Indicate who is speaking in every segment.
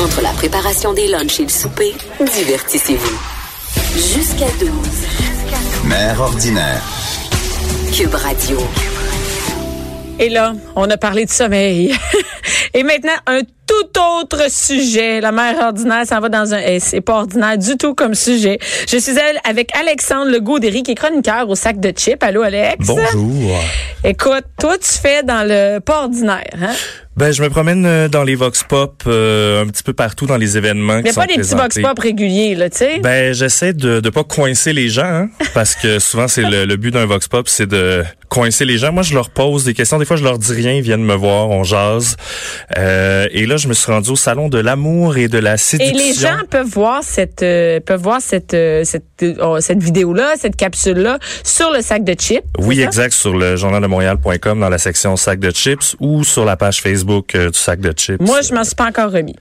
Speaker 1: Entre la préparation des lunchs et le souper, divertissez-vous. Jusqu'à 12.
Speaker 2: Mère ordinaire.
Speaker 1: Cube Radio.
Speaker 3: Et là, on a parlé de sommeil. Et maintenant, un tout autre sujet. La mère ordinaire s'en va dans un... eh, C'est pas ordinaire du tout comme sujet. Je suis elle avec Alexandre Legaudéry, qui est chroniqueur au sac de chips. Allô, Alex?
Speaker 4: Bonjour.
Speaker 3: Écoute, toi, tu fais dans le pas ordinaire. Hein?
Speaker 4: Ben, je me promène euh, dans les vox pop euh, un petit peu partout dans les événements
Speaker 3: Mais
Speaker 4: qui sont
Speaker 3: pas des petits box
Speaker 4: présentés.
Speaker 3: pop réguliers, là, tu sais?
Speaker 4: Ben, j'essaie de ne pas coincer les gens, hein, parce que souvent, c'est le, le but d'un vox pop, c'est de coincer les gens. Moi, je leur pose des questions. Des fois, je leur dis rien, ils viennent me voir, on jase. Euh, et là, je me suis rendu au salon de l'amour et de la
Speaker 3: Et
Speaker 4: séduction.
Speaker 3: les gens peuvent voir cette euh, peuvent voir cette euh, cette euh, oh, cette vidéo là, cette capsule là sur le sac de chips.
Speaker 4: Oui,
Speaker 3: c'est ça?
Speaker 4: exact, sur le journaldemontréal.com dans la section sac de chips ou sur la page Facebook euh, du sac de chips.
Speaker 3: Moi, je m'en suis pas encore remis.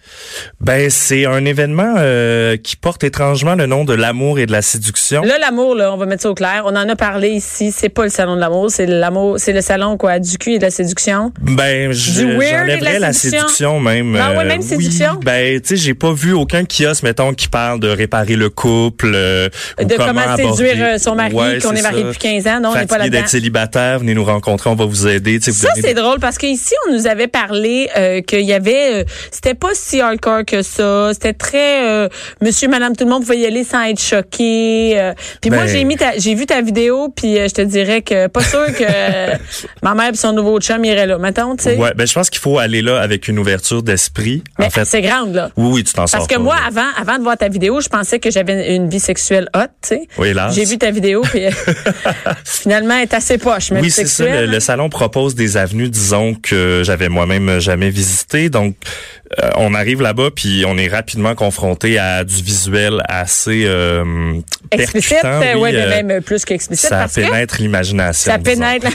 Speaker 4: Ben, c'est un événement euh, qui porte étrangement le nom de l'amour et de la séduction.
Speaker 3: Là, l'amour, là, on va mettre ça au clair. On en a parlé ici. C'est pas le salon de l'amour, c'est l'amour, c'est le salon quoi, du cul et de la séduction.
Speaker 4: Ben, je-
Speaker 3: Du weird et de la
Speaker 4: j'enlèverais la
Speaker 3: séduction.
Speaker 4: séduction même.
Speaker 3: Ah ouais,
Speaker 4: Euh,
Speaker 3: même
Speaker 4: oui,
Speaker 3: séduction?
Speaker 4: Ben, tu sais, j'ai pas vu aucun kiosque, mettons, qui parle de réparer le couple, euh, ou
Speaker 3: De comment
Speaker 4: aborder-
Speaker 3: séduire, euh, son mari,
Speaker 4: Ouais,
Speaker 3: qu'on est
Speaker 4: c'est
Speaker 3: marié
Speaker 4: ça.
Speaker 3: depuis 15 ans. Non, on n'est pas
Speaker 4: Fatigué
Speaker 3: là-dedans.
Speaker 4: d'être célibataire, venez nous rencontrer, on va vous aider. tu sais, vous
Speaker 3: Ça,
Speaker 4: donnez
Speaker 3: c'est
Speaker 4: des-
Speaker 3: drôle parce qu'ici, on nous avait parlé euh, qu'il y avait... euh, c'était pas si hardcore que ça. C'était très... euh, monsieur, madame, tout le monde pouvait y aller sans être choqué. euh. puis moi,
Speaker 4: Ben-
Speaker 3: j'ai mis ta- j'ai vu ta vidéo, puis euh, je te dirais que pas sûr que euh, ma mère et son nouveau chum iraient là. Mettons, tu sais.
Speaker 4: Ouais, ben je pense qu'il faut aller là avec une ouverture d'esprit.
Speaker 3: Mais
Speaker 4: En fait,
Speaker 3: c'est grande, là.
Speaker 4: oui, oui, tu t'en sors.
Speaker 3: Parce que
Speaker 4: pas,
Speaker 3: moi,
Speaker 4: là.
Speaker 3: avant, avant de voir ta vidéo, je pensais que j'avais une vie sexuelle hot, tu sais.
Speaker 4: Oui, hélas.
Speaker 3: J'ai vu ta vidéo, puis euh, finalement, elle est assez poche, mais
Speaker 4: Oui, c'est ça.
Speaker 3: sexuelle.
Speaker 4: Le,
Speaker 3: hein.
Speaker 4: le salon propose des avenues, disons, que j'avais moi-même jamais visitées. Donc, euh, on arrive là-bas, puis on est rapidement confronté à du visuel assez euh,
Speaker 3: Explicite,
Speaker 4: percutant,
Speaker 3: euh,
Speaker 4: oui,
Speaker 3: ouais,
Speaker 4: euh,
Speaker 3: mais même plus qu'explicite.
Speaker 4: ça
Speaker 3: parce que-
Speaker 4: pénètre l'imagination.
Speaker 3: Ça
Speaker 4: disons.
Speaker 3: pénètre.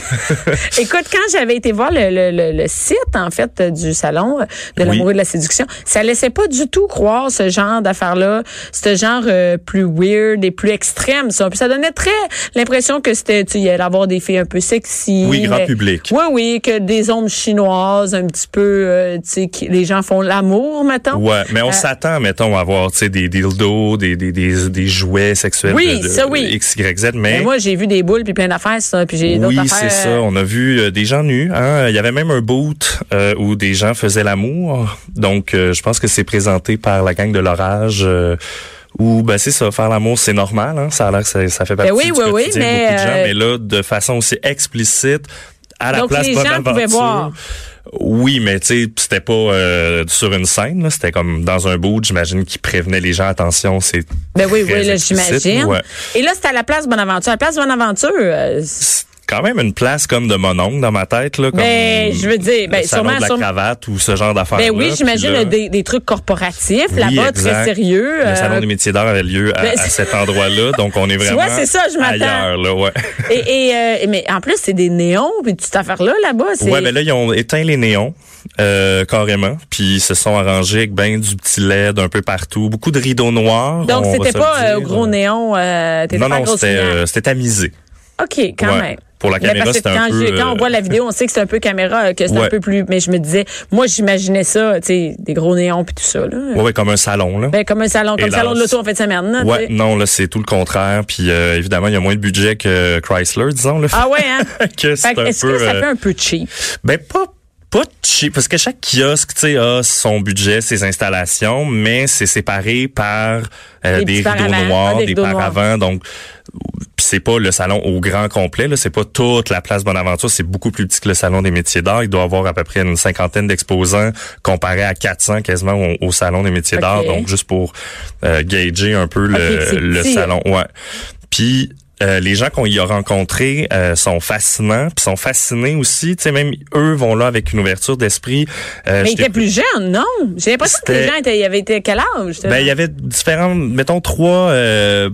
Speaker 3: Écoute, quand j'avais été voir le, le- le- le site, en fait, euh, du salon euh, de
Speaker 4: Oui.
Speaker 3: l'amour et de la séduction, ça laissait pas du tout croire ce genre d'affaires-là, ce genre euh, plus weird et plus extrême. Ça, Puis ça donnait très l'impression que c'était, tu sais, il y allait avoir des filles un peu sexy.
Speaker 4: Oui, grand
Speaker 3: mais-
Speaker 4: public.
Speaker 3: Oui, oui, que des ombres chinoises, un petit peu, euh, tu sais, qui- les gens font l'amour, mettons.
Speaker 4: Ouais, mais on
Speaker 3: Euh,
Speaker 4: s'attend, mettons, à voir, tu sais, des dildos, des, des, des, des jouets sexuels
Speaker 3: Oui,
Speaker 4: de, de-
Speaker 3: ça, oui.
Speaker 4: X, Y, Z,
Speaker 3: Mais
Speaker 4: mais...
Speaker 3: Ben, moi, j'ai vu des boules puis plein d'affaires, ça, puis j'ai d'autres
Speaker 4: Ben, oui,
Speaker 3: affaires.
Speaker 4: c'est ça.
Speaker 3: euh,
Speaker 4: On a vu euh, des gens nus. Hein? Il y avait même un boot euh, où des gens faisaient l'amour. Donc, euh, je pense que c'est présenté par la gang de l'orage. euh, où, ben c'est ça, faire l'amour, c'est normal. Hein? Ça a l'air que ça, ça fait partie
Speaker 3: Ben oui,
Speaker 4: du
Speaker 3: oui, oui,
Speaker 4: quotidien de
Speaker 3: mais,
Speaker 4: beaucoup de gens.
Speaker 3: euh,
Speaker 4: Mais là, de façon aussi explicite, à la
Speaker 3: Donc,
Speaker 4: place
Speaker 3: les
Speaker 4: Bonne
Speaker 3: gens pouvaient
Speaker 4: Aventure.
Speaker 3: voir.
Speaker 4: Oui, mais tu sais, c'était pas euh, sur une scène, là. c'était comme dans un boot, j'imagine, qui prévenait les gens, attention, c'est
Speaker 3: Ben oui,
Speaker 4: très
Speaker 3: oui, là,
Speaker 4: explicite.
Speaker 3: j'imagine.
Speaker 4: Ouais.
Speaker 3: Et là, c'était à la place Bonaventure. À la place Bonaventure, euh, c'est-
Speaker 4: C'est quand même une place comme de mon oncle dans ma tête là comme
Speaker 3: Ben, je veux dire, ben,
Speaker 4: le salon
Speaker 3: sûrement,
Speaker 4: de la
Speaker 3: sûrement-
Speaker 4: cravate ou ce genre d'affaires
Speaker 3: ben oui, j'imagine euh, des, des trucs corporatifs là-bas, très sérieux.
Speaker 4: le
Speaker 3: euh,
Speaker 4: salon des métiers d'art avait lieu à,
Speaker 3: ben,
Speaker 4: à
Speaker 3: c'est-
Speaker 4: cet endroit-là donc on est vraiment
Speaker 3: vois, c'est ça, je m'attends.
Speaker 4: ailleurs là ouais
Speaker 3: et, et, euh, mais en plus, c'est des néons, puis toute cette affaire-là, là-bas. c'est-
Speaker 4: ouais ben là ils ont éteint les néons euh, carrément puis ils se sont arrangés avec ben du petit LED un peu partout beaucoup de rideaux noirs
Speaker 3: Donc,
Speaker 4: on va
Speaker 3: c'était
Speaker 4: se
Speaker 3: pas
Speaker 4: le
Speaker 3: euh, au
Speaker 4: dire.
Speaker 3: gros néon. Euh, t'étais
Speaker 4: non
Speaker 3: pas à
Speaker 4: non
Speaker 3: grosse
Speaker 4: c'était
Speaker 3: lumière.
Speaker 4: euh, c'était tamisé
Speaker 3: OK, quand
Speaker 4: Ouais.
Speaker 3: même.
Speaker 4: Pour la
Speaker 3: Mais
Speaker 4: caméra,
Speaker 3: parce que
Speaker 4: c'était un
Speaker 3: quand
Speaker 4: peu,
Speaker 3: j'ai- Quand on
Speaker 4: euh,
Speaker 3: voit la vidéo, on sait que c'est un peu caméra, euh, que c'est un
Speaker 4: Ouais.
Speaker 3: peu plus. Mais je me disais, moi, j'imaginais ça, tu sais, des gros néons puis tout ça, là.
Speaker 4: ouais, ouais comme un salon là
Speaker 3: Ben, comme un salon, comme le
Speaker 4: Hélas.
Speaker 3: salon de l'auto en fin de semaine, là, tu
Speaker 4: Ouais,
Speaker 3: sais.
Speaker 4: non, là, c'est tout le contraire. Puis euh, évidemment, il y a moins de budget que Chrysler, disons. Là.
Speaker 3: Ah ouais, hein?
Speaker 4: que c'est
Speaker 3: Fait que
Speaker 4: un
Speaker 3: Est-ce
Speaker 4: peu.
Speaker 3: que ça
Speaker 4: euh,
Speaker 3: fait un peu cheap?
Speaker 4: Ben pas pas cheap parce que chaque kiosque tu sais a son budget, ses installations, mais c'est séparé par euh,
Speaker 3: Des petits
Speaker 4: des, rideaux
Speaker 3: paravents.
Speaker 4: noirs,
Speaker 3: Ah, des
Speaker 4: des,
Speaker 3: rideaux noirs.
Speaker 4: paravents donc pis c'est pas le salon au grand complet là, c'est pas toute la place Bonaventure, c'est beaucoup plus petit que le salon des métiers d'art, il doit avoir à peu près une cinquantaine d'exposants comparé à 400 quasiment au, au salon des métiers
Speaker 3: Ok.
Speaker 4: d'art donc juste pour euh, gager un peu
Speaker 3: Ok, c'est
Speaker 4: le, le
Speaker 3: petit.
Speaker 4: salon, ouais. Puis euh, les gens qu'on y a rencontrés euh, sont fascinants, puis sont fascinés aussi. Tu sais, même eux vont là avec une ouverture d'esprit.
Speaker 3: Mais
Speaker 4: Euh,
Speaker 3: il
Speaker 4: j'étais-
Speaker 3: était plus jeune, non? J'ai l'impression que les
Speaker 4: C'était-
Speaker 3: gens étaient, ils avaient été à quel âge?
Speaker 4: ben, il y avait différents, mettons trois euh,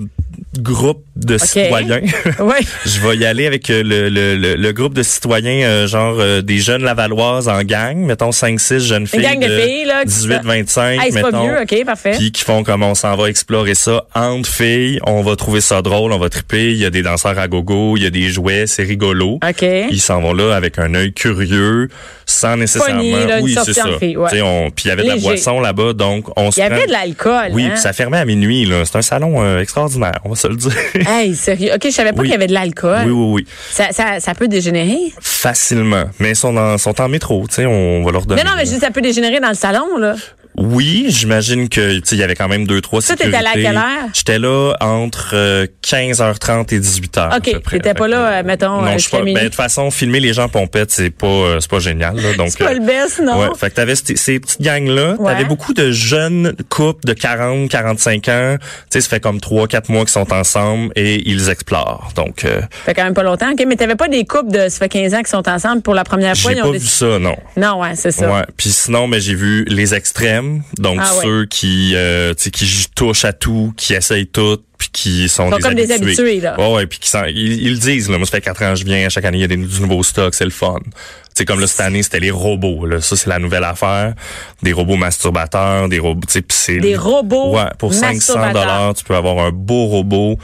Speaker 4: groupe de
Speaker 3: OK.
Speaker 4: citoyens.
Speaker 3: Oui.
Speaker 4: Je vais y aller avec euh, le, le, le, le groupe de citoyens, euh, genre euh, des jeunes Lavalloises en gang, mettons 5-6 jeunes filles.
Speaker 3: gang de filles, là, qui se-
Speaker 4: 18-25,
Speaker 3: Hey, c'est pas
Speaker 4: mettons.
Speaker 3: mieux, OK, parfait.
Speaker 4: Puis qui font comme on s'en va explorer ça entre filles, on va trouver ça drôle, on va triper, il y a des danseurs à gogo, il y a des jouets, c'est rigolo.
Speaker 3: OK.
Speaker 4: Ils s'en vont là avec un œil curieux, sans nécessairement.
Speaker 3: là, une
Speaker 4: oui,
Speaker 3: sortie
Speaker 4: c'est ça.
Speaker 3: entre filles, ouais.
Speaker 4: Tu sais, on- Puis il y avait de la
Speaker 3: Léger.
Speaker 4: boisson là-bas, donc on se
Speaker 3: Il y avait
Speaker 4: prend-
Speaker 3: de l'alcool.
Speaker 4: Oui,
Speaker 3: hein?
Speaker 4: puis ça fermait à minuit. là. C'est un salon euh, extraordinaire, on va se le dire.
Speaker 3: Hey, sérieux. OK, je savais pas
Speaker 4: Oui.
Speaker 3: qu'il y avait de l'alcool.
Speaker 4: Oui, oui, oui.
Speaker 3: Ça, ça, ça peut dégénérer.
Speaker 4: Facilement. Mais ils sont, en- sont en métro, tu sais, on va leur donner.
Speaker 3: Mais non, mais je dis, ça peut dégénérer dans le salon, là.
Speaker 4: Oui, j'imagine que, tu sais, il y avait quand même deux, trois
Speaker 3: Ça, t'étais
Speaker 4: sécurités.
Speaker 3: allé à quelle heure?
Speaker 4: J'étais là entre euh, 15h30 et 18h.
Speaker 3: OK,
Speaker 4: à peu près.
Speaker 3: t'étais pas
Speaker 4: Fait
Speaker 3: là,
Speaker 4: que,
Speaker 3: euh, mettons, euh,
Speaker 4: Non, je suis
Speaker 3: jusqu'à
Speaker 4: pas. ben,
Speaker 3: minuit.
Speaker 4: de toute façon, filmer les gens pompettes, c'est pas, euh, c'est pas génial, là. Donc.
Speaker 3: C'est pas
Speaker 4: euh,
Speaker 3: le best, non?
Speaker 4: Ouais, fait que t'avais ces, ces petites gangs-là.
Speaker 3: Ouais.
Speaker 4: T'avais beaucoup de jeunes couples de 40, 45 ans. Tu sais, ça fait comme 3, 4 mois qu'ils sont ensemble et ils explorent. Donc, euh,
Speaker 3: Fait quand même pas longtemps, OK? Mais t'avais pas des couples de, ça fait 15 ans qui sont ensemble pour la première fois.
Speaker 4: j'ai
Speaker 3: ils
Speaker 4: pas
Speaker 3: ont
Speaker 4: vu
Speaker 3: décidé-
Speaker 4: ça, non.
Speaker 3: Non, ouais, c'est ça.
Speaker 4: Ouais. Puis sinon, mais j'ai vu les extrêmes, donc
Speaker 3: Ah ouais.
Speaker 4: ceux qui, euh, tu sais, qui j- touchent à tout, qui essayent tout, puis qui sont,
Speaker 3: Sont comme des habitués, là.
Speaker 4: Ouais, ouais, puis qui sont, ils, ils le disent là. Moi, ça fait quatre ans que je viens. À chaque année, il y a des, du nouveau stock, c'est le fun. Tu sais, comme là, cette année, c'était les robots. Là, ça, c'est la nouvelle affaire. Des robots masturbateurs, des robots, tu sais, puis c'est
Speaker 3: Des robots
Speaker 4: Ouais, pour 500
Speaker 3: masturbateurs.
Speaker 4: dollars, tu peux avoir un beau robot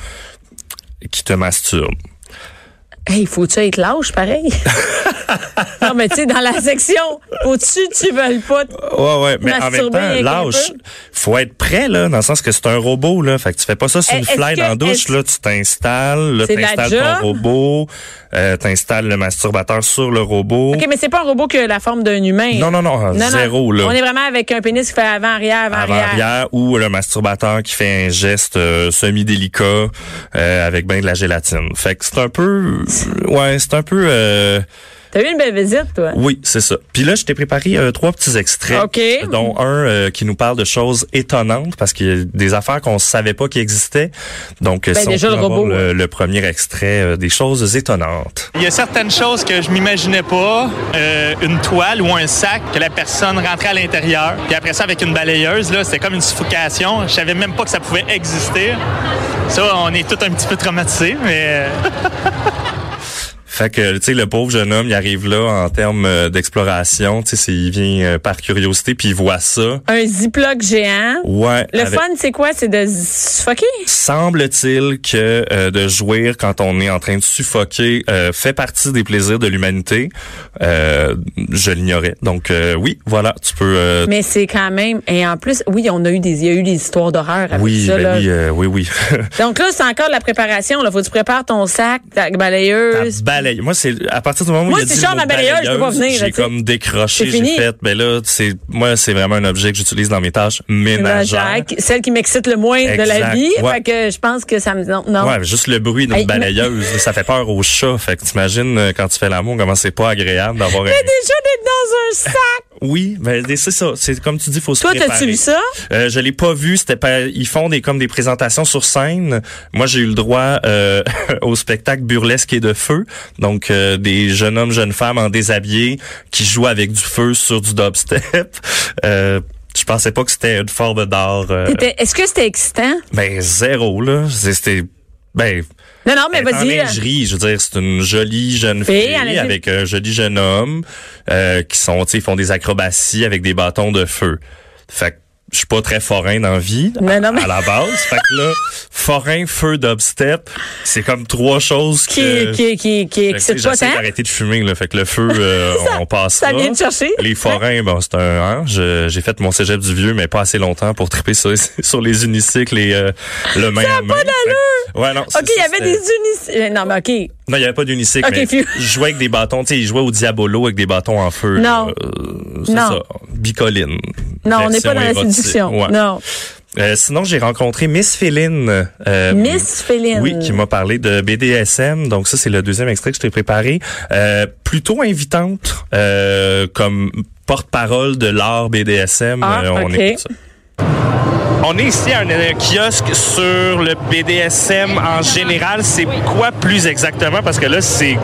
Speaker 4: qui te masturbe.
Speaker 3: Hey, faut-tu être lâche, pareil? non, mais tu sais, dans la section, faut-tu, tu veux pas. t-
Speaker 4: Ouais, ouais, mais en même
Speaker 3: Masturber
Speaker 4: temps,
Speaker 3: avec un
Speaker 4: lâche,
Speaker 3: peu.
Speaker 4: faut être prêt, là, dans le sens que c'est un robot, là. Fait que tu fais pas ça sur une
Speaker 3: Eh, Est-ce
Speaker 4: fly
Speaker 3: que-
Speaker 4: dans la douche,
Speaker 3: est-ce-
Speaker 4: là. Tu t'installes, là,
Speaker 3: C'est de la
Speaker 4: t'installes ton
Speaker 3: job?
Speaker 4: robot, euh, t'installes le masturbateur sur le robot.
Speaker 3: OK, mais c'est pas un robot qui a la forme d'un humain.
Speaker 4: Non, non, non, zéro, là.
Speaker 3: On est vraiment avec un pénis qui fait avant, arrière, avant,
Speaker 4: avant
Speaker 3: arrière.
Speaker 4: arrière ou le masturbateur qui fait un geste euh, semi délicat euh, avec ben de la gélatine. Fait que c'est un peu ouais, c'est un peu euh,
Speaker 3: T'as eu une belle visite, toi?
Speaker 4: Oui, c'est ça. Puis là, je t'ai préparé euh, trois petits extraits,
Speaker 3: OK.
Speaker 4: dont un euh, qui nous parle de choses étonnantes parce qu'il y a des affaires qu'on savait pas qui existaient. Donc, euh,
Speaker 3: Ben,
Speaker 4: si on
Speaker 3: déjà,
Speaker 4: peut
Speaker 3: le
Speaker 4: avoir
Speaker 3: robot,
Speaker 4: le, le premier extrait euh, des choses étonnantes.
Speaker 5: Il y a certaines choses que je m'imaginais pas. Euh, une toile ou un sac que la personne rentrait à l'intérieur. Puis après ça, avec une balayeuse, là, c'était comme une suffocation. Je savais même pas que ça pouvait exister. Ça, on est tous un petit peu traumatisés, mais... euh,
Speaker 4: Fait que tu sais, le pauvre jeune homme, il arrive là en termes euh, d'exploration. Tu sais, c'est- il vient euh, par curiosité puis il voit ça.
Speaker 3: Un ziploc géant.
Speaker 4: Ouais.
Speaker 3: Le
Speaker 4: avec-
Speaker 3: fun, c'est quoi? C'est de suffoquer?
Speaker 4: Semble-t-il que euh, de jouir quand on est en train de suffoquer euh, fait partie des plaisirs de l'humanité. Euh, je l'ignorais. Donc euh, oui, voilà, tu peux. euh,
Speaker 3: Mais c'est quand même. Et en plus, oui, on a eu des, il y a eu des histoires d'horreur avec
Speaker 4: oui,
Speaker 3: ça.
Speaker 4: ben
Speaker 3: là.
Speaker 4: oui, euh, oui, oui,
Speaker 3: Donc là, c'est encore de la préparation. Là, faut que tu prépares ton sac, ta
Speaker 4: Ta
Speaker 3: balayeuse.
Speaker 4: balaye. Moi, c'est à partir du moment
Speaker 3: Moi,
Speaker 4: où il y a
Speaker 3: si
Speaker 4: dit
Speaker 3: je
Speaker 4: le
Speaker 3: sors
Speaker 4: mot
Speaker 3: ma balayeuse, je peux pas venir,
Speaker 4: J'ai
Speaker 3: tu sais.
Speaker 4: comme décroché,
Speaker 3: C'est
Speaker 4: j'ai
Speaker 3: fini.
Speaker 4: fait. Ben là, c'est moi, c'est vraiment un objet que j'utilise dans mes tâches ménagères.
Speaker 3: Jacques, Celle qui m'excite le moins de la
Speaker 4: Exact,
Speaker 3: vie.
Speaker 4: ouais.
Speaker 3: Fait que je pense que ça me. Non. non.
Speaker 4: Ouais, juste le bruit d'une
Speaker 3: Hey, mais-
Speaker 4: balayeuse, ça fait peur aux chats. Fait que t'imagines euh, quand tu fais l'amour, comment c'est pas agréable d'avoir. un-
Speaker 3: Mais déjà d'être dans un sac.
Speaker 4: Oui, ben c'est ça. C'est comme tu dis, faut se
Speaker 3: Toi,
Speaker 4: préparer.
Speaker 3: t'as-tu vu ça?
Speaker 4: Euh, je l'ai pas vu. C'était pas. Ils font des comme des présentations sur scène. Moi, j'ai eu le droit euh, au spectacle burlesque et de feu. Donc euh, des jeunes hommes, jeunes femmes en déshabillé qui jouent avec du feu sur du dubstep. Euh, je pensais pas que c'était une forme d'art. euh,
Speaker 3: T'étais- Est-ce que c'était excitant?
Speaker 4: ben zéro là. C'est- C'était ben.
Speaker 3: Non, non, Ah, mais
Speaker 4: elle est en
Speaker 3: vas-y. là.
Speaker 4: lingerie, je veux dire, c'est une jolie jeune
Speaker 3: Fille,
Speaker 4: fille
Speaker 3: en lingerie.
Speaker 4: avec un joli jeune homme euh, qui sont, tu sais, ils font des acrobaties avec des bâtons de feu. Fait que je suis pas très forain dans la vie à-
Speaker 3: Non, non, mais-
Speaker 4: à la base. fait que là, forain, feu, dubstep, c'est comme trois choses
Speaker 3: Qui,
Speaker 4: que
Speaker 3: qui, qui, qui
Speaker 4: Fait que, tu euh, sais,
Speaker 3: excite pas
Speaker 4: J'essaie
Speaker 3: tant.
Speaker 4: d'arrêter de fumer, là. Fait que le feu, euh, on passe
Speaker 3: ça
Speaker 4: là.
Speaker 3: vient te chercher.
Speaker 4: Les forains, bon, c'est un... hein, je- J'ai fait mon cégep du vieux, mais pas assez longtemps pour triper sur, sur les unicycles et euh, le main à main. Fait que- Ouais, non. c'est-
Speaker 3: OK, il y
Speaker 4: c'est-
Speaker 3: avait
Speaker 4: c'était-
Speaker 3: des unis. euh, Non, mais OK.
Speaker 4: non, il n'y avait pas d'unicycle,
Speaker 3: Ok,
Speaker 4: mais
Speaker 3: puis-
Speaker 4: je jouais avec des bâtons. Tu sais, ils jouaient au Diabolo avec des bâtons en feu.
Speaker 3: Non.
Speaker 4: là. Euh, c'est
Speaker 3: Non.
Speaker 4: ça. Bicoline.
Speaker 3: Non, on n'est
Speaker 4: Version
Speaker 3: pas dans la
Speaker 4: érotique.
Speaker 3: séduction.
Speaker 4: Ouais.
Speaker 3: Non.
Speaker 4: Euh, sinon, j'ai rencontré Miss Féline. euh,
Speaker 3: Miss Féline.
Speaker 4: Oui, qui m'a parlé de BDSM. Donc ça, c'est le deuxième extrait que je t'ai préparé. Euh, plutôt invitante euh, comme porte-parole de l'art BDSM.
Speaker 3: Ah,
Speaker 4: Euh, on
Speaker 3: ok.
Speaker 4: écoute ça.
Speaker 5: On est ici à un euh, kiosque sur le BDSM en général. C'est
Speaker 6: Oui.
Speaker 5: quoi plus exactement? Parce que là, c'est...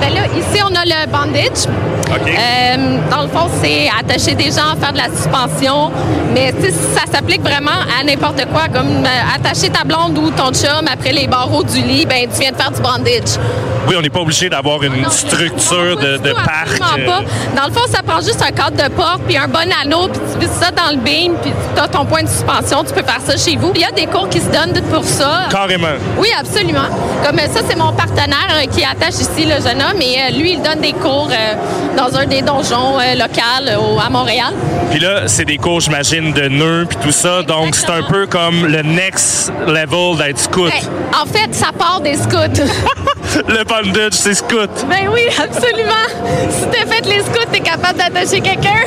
Speaker 6: Ben là, ici, on a le bandage.
Speaker 5: OK.
Speaker 6: Euh, dans le fond, c'est attacher des gens, faire de la suspension. Mais tu sais, ça s'applique vraiment à n'importe quoi, comme euh, attacher ta blonde ou ton chum après les barreaux du lit, ben tu viens de faire du bandage.
Speaker 5: Oui, on n'est pas obligé d'avoir une
Speaker 6: Non,
Speaker 5: structure
Speaker 6: non, pas
Speaker 5: de,
Speaker 6: du
Speaker 5: de
Speaker 6: tout,
Speaker 5: parc.
Speaker 6: absolument
Speaker 5: euh,
Speaker 6: pas. Dans le fond, ça prend juste un cadre de porte, puis un bon anneau, puis tu vis ça dans le beam, puis tu as ton point de suspension, tu peux faire ça chez vous. Il y a des cours qui se donnent pour ça.
Speaker 5: Carrément.
Speaker 6: Oui, absolument. Comme euh, ça, c'est mon partenaire euh, qui attache ici le jeune homme et euh, lui, il donne des cours euh, dans un des donjons euh, locaux euh, au- à Montréal.
Speaker 5: Puis là, c'est des cours, j'imagine, de nœuds puis tout ça. Donc, c'est un
Speaker 6: Exactement.
Speaker 5: peu comme le next level d'être scout.
Speaker 6: Ben, en fait, ça part des scouts.
Speaker 5: Le bondage, c'est scout.
Speaker 6: ben oui, absolument. Si t'as fait les scouts, t'es capable d'attacher quelqu'un.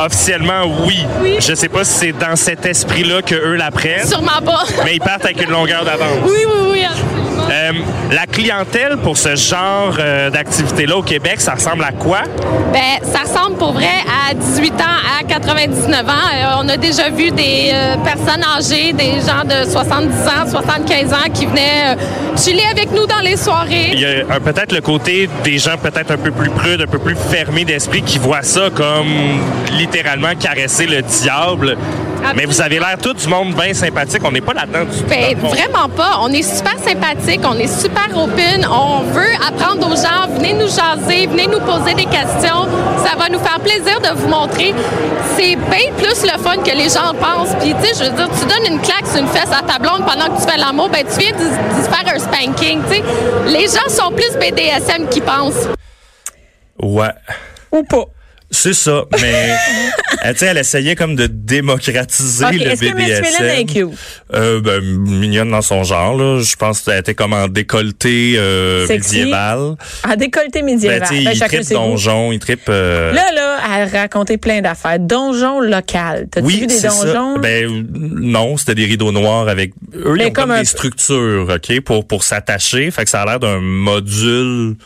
Speaker 5: Officiellement, oui.
Speaker 6: Oui.
Speaker 5: Je sais pas si c'est dans cet esprit-là que eux l'apprennent,
Speaker 6: Sûrement pas.
Speaker 5: mais ils partent avec une longueur d'avance.
Speaker 6: oui, oui, oui, absolument.
Speaker 5: Euh, la clientèle pour ce genre euh, d'activité-là au Québec, ça ressemble à quoi?
Speaker 6: Ben, ça ressemble pour vrai à 18 ans, à 99 ans. Euh, on a déjà vu des euh, personnes âgées, des gens de 70 ans, 75 ans qui venaient euh, chiller avec nous dans les soirées.
Speaker 5: Il y a un- peut-être le côté des gens peut-être un peu plus prudes, un peu plus fermés d'esprit qui voient ça comme littéralement caresser le diable. Mais vous avez l'air tout du monde bien sympathique. On n'est pas là-dedans du tout.
Speaker 6: Ben,
Speaker 5: dans le fond.
Speaker 6: vraiment pas. On est super sympathique, on est super open, on veut apprendre aux gens. Venez nous jaser, venez nous poser des questions. Ça va nous faire plaisir de vous montrer. C'est bien plus le fun que les gens pensent. Puis, tu sais, je veux dire, tu donnes une claque sur une fesse à ta blonde pendant que tu fais l'amour, ben, tu viens de, de faire un spanking, tu sais. Les gens sont plus BDSM qu'ils pensent.
Speaker 4: Ouais.
Speaker 3: Ou pas.
Speaker 4: C'est ça, mais elle, tu sais, elle essayait comme de démocratiser
Speaker 3: Ok,
Speaker 4: le
Speaker 3: est-ce que Miss Mélanie est
Speaker 4: BDSM.
Speaker 3: cute?
Speaker 4: Euh, ben, mignonne dans son genre, là. Je pense qu'elle était comme en décolleté euh,
Speaker 3: Sexy.
Speaker 4: médiéval.
Speaker 3: En décolleté
Speaker 4: Ben,
Speaker 3: médiéval.
Speaker 4: tu sais,
Speaker 3: Ben,
Speaker 4: il
Speaker 3: chacun
Speaker 4: tripe
Speaker 3: ses goûts.
Speaker 4: donjon, il tripe... euh,
Speaker 3: Là, là, elle racontait plein d'affaires. Donjon local. T'as-tu
Speaker 4: oui,
Speaker 3: vu des
Speaker 4: c'est
Speaker 3: donjons?
Speaker 4: ça. Ben, euh, non, c'était des rideaux noirs avec... Eux, ils
Speaker 3: Mais
Speaker 4: ont comme
Speaker 3: comme un-
Speaker 4: des structures, OK, pour, pour s'attacher. Fait que ça a l'air d'un module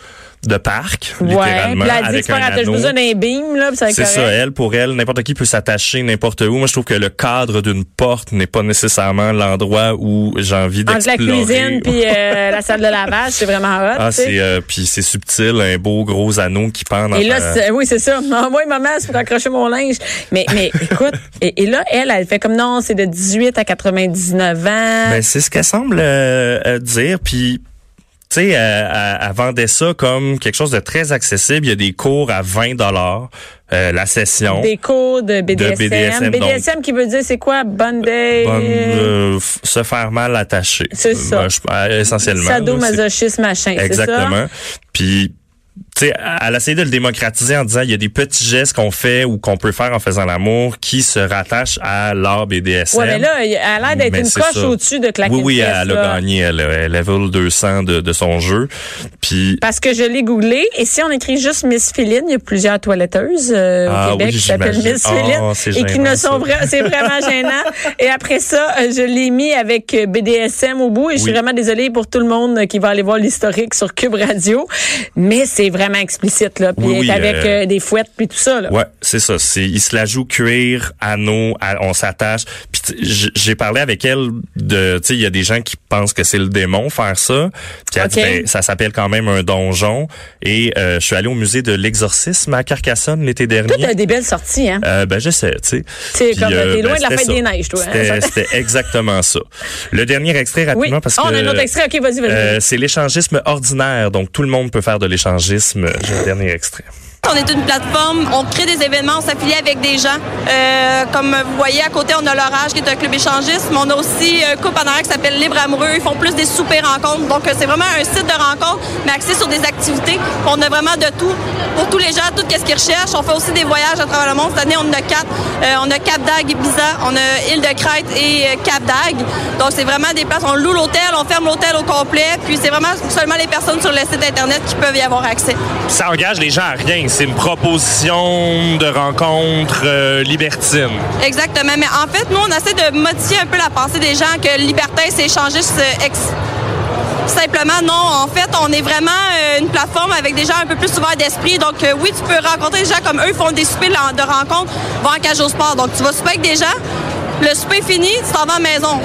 Speaker 4: de parc,
Speaker 3: ouais.
Speaker 4: littéralement,
Speaker 3: Puis là, elle dit,
Speaker 4: avec
Speaker 3: c'est pas
Speaker 4: un
Speaker 3: grave, t'as
Speaker 4: anneau.
Speaker 3: besoin d'un beam, là, puis ça va être
Speaker 4: C'est ça,
Speaker 3: correct.
Speaker 4: elle, pour elle, n'importe qui peut s'attacher n'importe où. Moi, je trouve que le cadre d'une porte n'est pas nécessairement l'endroit où j'ai envie
Speaker 3: Entre la
Speaker 4: d'explorer.
Speaker 3: cuisine puis euh, la salle de lavage, c'est vraiment hot.
Speaker 4: ah,
Speaker 3: tu sais.
Speaker 4: c'est euh, puis c'est subtil, un beau gros anneau qui pend dans
Speaker 3: Et là,
Speaker 4: ta-
Speaker 3: c'est- oui, c'est ça. Envoie maman, c'est pour accrocher mon linge. Mais, mais écoute, et, et là, elle, elle fait comme non, c'est de 18 à 99 ans.
Speaker 4: Ben, c'est ce qu'elle semble euh, euh, dire. Puis, tu sais, elle, elle- elle vendait ça comme quelque chose de très accessible. Il y a des cours à 20 dollars euh, la session.
Speaker 3: des cours de BDSM.
Speaker 4: BDSM, donc.
Speaker 3: qui veut dire c'est quoi? Bondage.
Speaker 4: Bonne, euh, f- se faire mal attacher.
Speaker 3: C'est ça.
Speaker 4: Ben, je- euh, essentiellement. là, c'est-
Speaker 3: Sadomasochisme, machin. c'est ça?
Speaker 4: Exactement. Puis, tu sais, elle a essayé de le démocratiser en disant il y a des petits gestes qu'on fait ou qu'on peut faire en faisant l'amour qui se rattachent à l'art BDSM.
Speaker 3: Ouais, mais là, elle a l'air Ah, d'être
Speaker 4: Mais
Speaker 3: une
Speaker 4: c'est
Speaker 3: coche
Speaker 4: ça.
Speaker 3: au-dessus de claquer
Speaker 4: Oui,
Speaker 3: une
Speaker 4: oui,
Speaker 3: fesse,
Speaker 4: elle a
Speaker 3: là.
Speaker 4: gagné. Elle est level 200 de, de son jeu. Puis,
Speaker 3: Parce que je l'ai googlé, et si on écrit juste Miss Philine, il y a plusieurs toiletteuses euh,
Speaker 4: Ah
Speaker 3: au Québec
Speaker 4: oui,
Speaker 3: qui s'appellent
Speaker 4: j'imagine.
Speaker 3: Miss
Speaker 4: Oh,
Speaker 3: Philine
Speaker 4: c'est
Speaker 3: et qui
Speaker 4: gênant,
Speaker 3: ne sont
Speaker 4: ça.
Speaker 3: vra- c'est vraiment gênant. Et après ça, euh, je l'ai mis avec euh, BDSM au bout, et je suis
Speaker 4: Oui.
Speaker 3: vraiment désolée pour tout le monde euh, qui va aller voir l'historique sur Cube Radio, mais c'est vraiment explicite là, puis
Speaker 4: Oui,
Speaker 3: elle est
Speaker 4: oui,
Speaker 3: avec
Speaker 4: euh,
Speaker 3: euh, des fouettes puis tout ça là.
Speaker 4: Ouais, c'est ça. C'est, il se la joue cuir, anneau, à- on s'attache. Puis tu- j- j'ai parlé avec elle de, tu sais, il y a des gens qui pensent que c'est le démon faire ça. Puis elle
Speaker 3: Ok.
Speaker 4: dit, ben, ça s'appelle quand même un donjon. Et euh, je suis allé au musée de l'exorcisme à Carcassonne l'été
Speaker 3: Toi,
Speaker 4: dernier.
Speaker 3: t'as Euh, des belles sorties, hein?
Speaker 4: Euh, ben je sais, tu sais.
Speaker 3: C'est
Speaker 4: Puis, euh, ben,
Speaker 3: comme, t'es loin de la
Speaker 4: c'était
Speaker 3: fête des neiges, toi, hein?
Speaker 4: C'était, c'était exactement ça. Le dernier extrait
Speaker 3: Oui.
Speaker 4: rapidement parce
Speaker 3: Ah,
Speaker 4: que
Speaker 3: on a un autre extrait. OK, vas-y, vas-y.
Speaker 4: euh, c'est l'échangisme ordinaire, donc tout le monde peut faire de l'échangisme. J'ai le dernier extrait.
Speaker 7: On est une plateforme, on crée des événements, on s'affilie avec des gens. Euh, comme vous voyez, à côté, on a l'Orage qui est un club échangiste, mais on a aussi un couple en arrière qui s'appelle Libre Amoureux. Ils font plus des soupers rencontres. Donc, euh, c'est vraiment un site de rencontre, mais axé sur des activités. On a vraiment de tout pour tous les gens, tout ce qu'ils recherchent. On fait aussi des voyages à travers le monde. Cette année, on en a quatre. Euh, on a Cap d'Agde, Ibiza, on a Île de Crète et euh, Cap d'Agde. Donc, c'est vraiment des places. On loue l'hôtel, on ferme l'hôtel au complet. Puis, c'est vraiment seulement les personnes sur le site Internet qui peuvent y avoir accès.
Speaker 5: Ça engage les gens à rien. C'est une proposition de rencontre euh, libertine.
Speaker 7: Exactement. Mais en fait, nous, on essaie de modifier un peu la pensée des gens que libertin, c'est changer ce ex- Simplement, non. En fait, on est vraiment euh, une plateforme avec des gens un peu plus ouverts d'esprit. Donc, euh, oui, tu peux rencontrer des gens comme eux, font des soupers de de rencontres, vont en cage au sport. Donc, tu vas souper avec des gens, Le souper fini, tu t'en vas à la maison.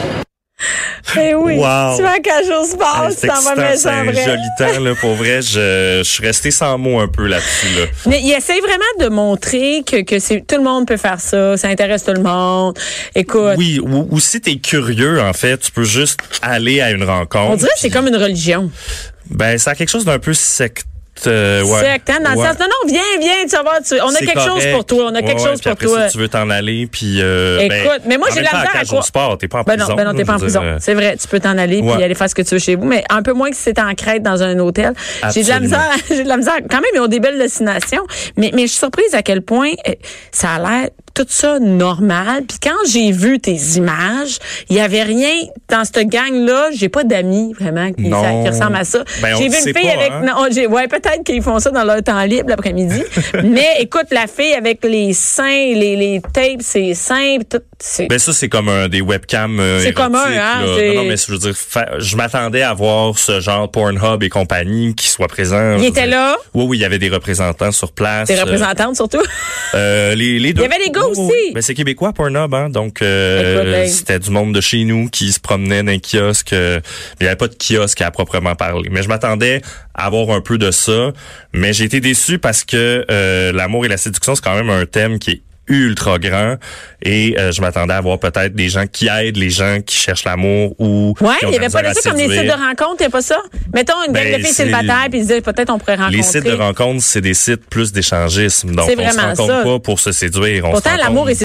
Speaker 3: Eh oui,
Speaker 4: Wow.
Speaker 3: tu vas qu'un jour se passe, Oh, tu
Speaker 4: c'est
Speaker 3: t'en vas à la
Speaker 4: excitant, c'est
Speaker 3: maison
Speaker 4: un
Speaker 3: après.
Speaker 4: joli temps, là, pour vrai. Je, je suis resté sans mots un peu là-dessus, là.
Speaker 3: Mais il essaie vraiment de montrer que, que c'est tout le monde peut faire ça, ça intéresse tout le monde. Écoute,
Speaker 4: Oui, ou, ou si t'es curieux, en fait, tu peux juste aller à une rencontre.
Speaker 3: on dirait que c'est
Speaker 4: puis-
Speaker 3: comme une religion.
Speaker 4: Ben, ça a quelque chose d'un peu secte. euh, ouais.
Speaker 3: C'est actant hein, dans
Speaker 4: Ouais.
Speaker 3: le sens, non, non, viens, viens, tu vas voir, tu- on a
Speaker 4: C'est
Speaker 3: quelque chose
Speaker 4: correct.
Speaker 3: pour toi, on a quelque
Speaker 4: Ouais, ouais,
Speaker 3: chose
Speaker 4: puis
Speaker 3: pour
Speaker 4: après
Speaker 3: toi.
Speaker 4: ça, tu veux t'en aller, puis. euh, ben,
Speaker 3: Écoute, mais moi,
Speaker 4: en
Speaker 3: j'ai de la
Speaker 4: même temps,
Speaker 3: misère à
Speaker 4: cage
Speaker 3: croire-
Speaker 4: au sport, t'es pas en
Speaker 3: Ben
Speaker 4: prison.
Speaker 3: non, ben non, t'es
Speaker 4: là,
Speaker 3: pas en
Speaker 4: je veux
Speaker 3: prison.
Speaker 4: dire, euh,
Speaker 3: C'est vrai, tu peux t'en aller puis
Speaker 4: Ouais.
Speaker 3: aller faire ce que tu veux chez vous, mais un peu moins que si c'était en crête dans un hôtel. J'ai de la
Speaker 4: Absolument.
Speaker 3: misère, j'ai de la misère. Quand même, ils ont des belles destinations, mais mais je suis surprise à quel point euh, ça a l'air tout ça normal. Puis quand j'ai vu tes images, il y avait rien dans cette gang là. J'ai pas d'amis vraiment qui,
Speaker 4: Non.
Speaker 3: qui ressemblent à ça.
Speaker 4: Ben, on
Speaker 3: j'ai
Speaker 4: le
Speaker 3: vu une
Speaker 4: sait
Speaker 3: fille
Speaker 4: pas,
Speaker 3: avec.
Speaker 4: hein.
Speaker 3: non, j'ai- ouais, peut-être qu'ils font ça dans leur temps libre l'après-midi. mais écoute, la fille avec les seins, les les tapes, ses seins, puis tout. c'est-
Speaker 4: Ben ça, c'est comme un des webcams. euh,
Speaker 3: C'est
Speaker 4: érotiques,
Speaker 3: commun, hein,
Speaker 4: là.
Speaker 3: c'est-
Speaker 4: Non, non, mais je veux dire, fa- je m'attendais à voir ce genre Pornhub et compagnie qui soit présent.
Speaker 3: Ils étaient là?
Speaker 4: Oui, oui, il y avait des représentants sur place.
Speaker 3: Tes
Speaker 4: euh,
Speaker 3: représentantes surtout.
Speaker 4: euh, les, les deux.
Speaker 3: y avait les gars
Speaker 4: Oui, oui,
Speaker 3: aussi.
Speaker 4: oui. Ben, c'est québécois, Pornhub, hein. Donc, euh,
Speaker 3: Écoute, hey.
Speaker 4: c'était du monde de chez nous qui se promenait dans les kiosques. euh, il n'y avait pas de kiosque à proprement parler. Mais je m'attendais à avoir un peu de ça. Mais j'ai été déçu parce que euh, l'amour et la séduction, c'est quand même un thème qui est ultra grand et euh, je m'attendais à voir peut-être des gens qui aident les gens qui cherchent l'amour ou
Speaker 3: Ouais, il
Speaker 4: qui ont
Speaker 3: n'y
Speaker 4: de la
Speaker 3: avait pas
Speaker 4: misère
Speaker 3: de
Speaker 4: à
Speaker 3: ça comme les sites de
Speaker 4: séduire.
Speaker 3: rencontres, il n'y a pas ça? Mettons une
Speaker 4: Ben,
Speaker 3: gang de filles
Speaker 4: c'est-
Speaker 3: célibataires, puis ils disaient peut-être on pourrait rencontrer.
Speaker 4: Les sites de rencontres, c'est des sites plus d'échangisme. Donc,
Speaker 3: C'est
Speaker 4: on se
Speaker 3: vraiment
Speaker 4: rencontre
Speaker 3: ça.
Speaker 4: pas pour se séduire. On se
Speaker 3: Pourtant,
Speaker 4: rencontre-
Speaker 3: l'amour et